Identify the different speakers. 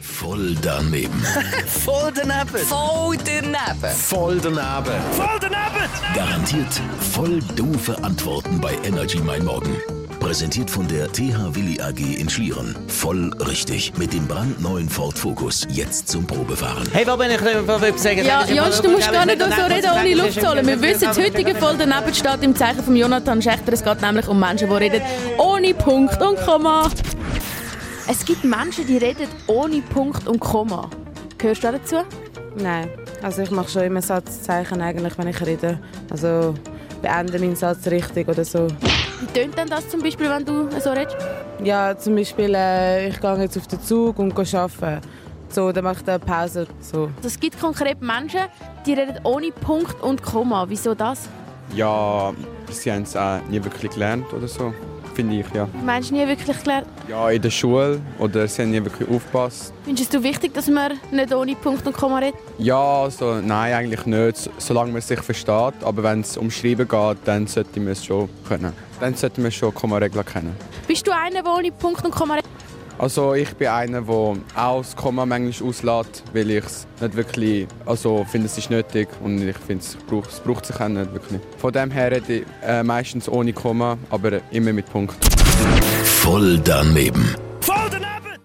Speaker 1: Voll daneben.
Speaker 2: Voll daneben.
Speaker 3: Voll daneben.
Speaker 1: Voll daneben. Garantiert voll doofe Antworten bei Energy Mein Morgen. Präsentiert von der TH Willi AG in Schlieren. Voll richtig. Mit dem brandneuen Ford Focus. Jetzt zum Probefahren.
Speaker 2: Hey, Bob, wenn ich etwas sagen will,
Speaker 4: Ja,
Speaker 2: sag es mal
Speaker 4: Jost, du
Speaker 2: laut,
Speaker 4: musst
Speaker 2: gell? Ich
Speaker 4: gar nicht
Speaker 2: will
Speaker 4: so
Speaker 2: das
Speaker 4: reden
Speaker 2: sagen,
Speaker 4: ohne
Speaker 2: das
Speaker 4: Luft
Speaker 2: ist
Speaker 4: holen. Wir
Speaker 2: schon gesagt,
Speaker 4: wissen,
Speaker 2: aber
Speaker 4: die heutige
Speaker 2: ich
Speaker 4: voll daneben steht im Zeichen von Jonathan Schächter. Es geht nämlich um Menschen, die reden ohne Punkt und Komma. Es gibt Menschen, die reden ohne Punkt und Komma. Gehörst du dazu?
Speaker 5: Nein, also ich mache schon immer Satzzeichen eigentlich, wenn ich rede. Also beende meinen Satz richtig oder so.
Speaker 4: Wie tönt denn das zum Beispiel, wenn du so redest?
Speaker 5: Ja, zum Beispiel, äh, ich gehe jetzt auf den Zug und gehe arbeiten. So, dann mache ich eine Pause. So.
Speaker 4: Also es gibt konkret Menschen, die reden ohne Punkt und Komma. Wieso das?
Speaker 6: Ja, sie haben es auch nie wirklich gelernt oder so. Finde ich, ja.
Speaker 4: Meinst du nie wirklich gelernt?
Speaker 6: Ja, in der Schule oder sie haben nie wirklich aufgepasst.
Speaker 4: Findest du es wichtig, dass man nicht ohne Punkt und Komma redet?
Speaker 6: Ja, also nein, eigentlich nicht, so- solange man sich versteht. Aber wenn es um Schreiben geht, dann sollte man es schon können. Dann sollte man schon Komma-Regeln kennen.
Speaker 4: Bist du einer, der ohne Punkt und Komma redet?
Speaker 6: Also ich bin einer, der auch das Komma manchmal auslässt, weil ich es nicht wirklich, also finde es ist nötig und ich finde es braucht, es braucht sich auch nicht wirklich. Von dem her rede ich äh, meistens ohne Komma, aber immer mit Punkt.
Speaker 1: Voll daneben.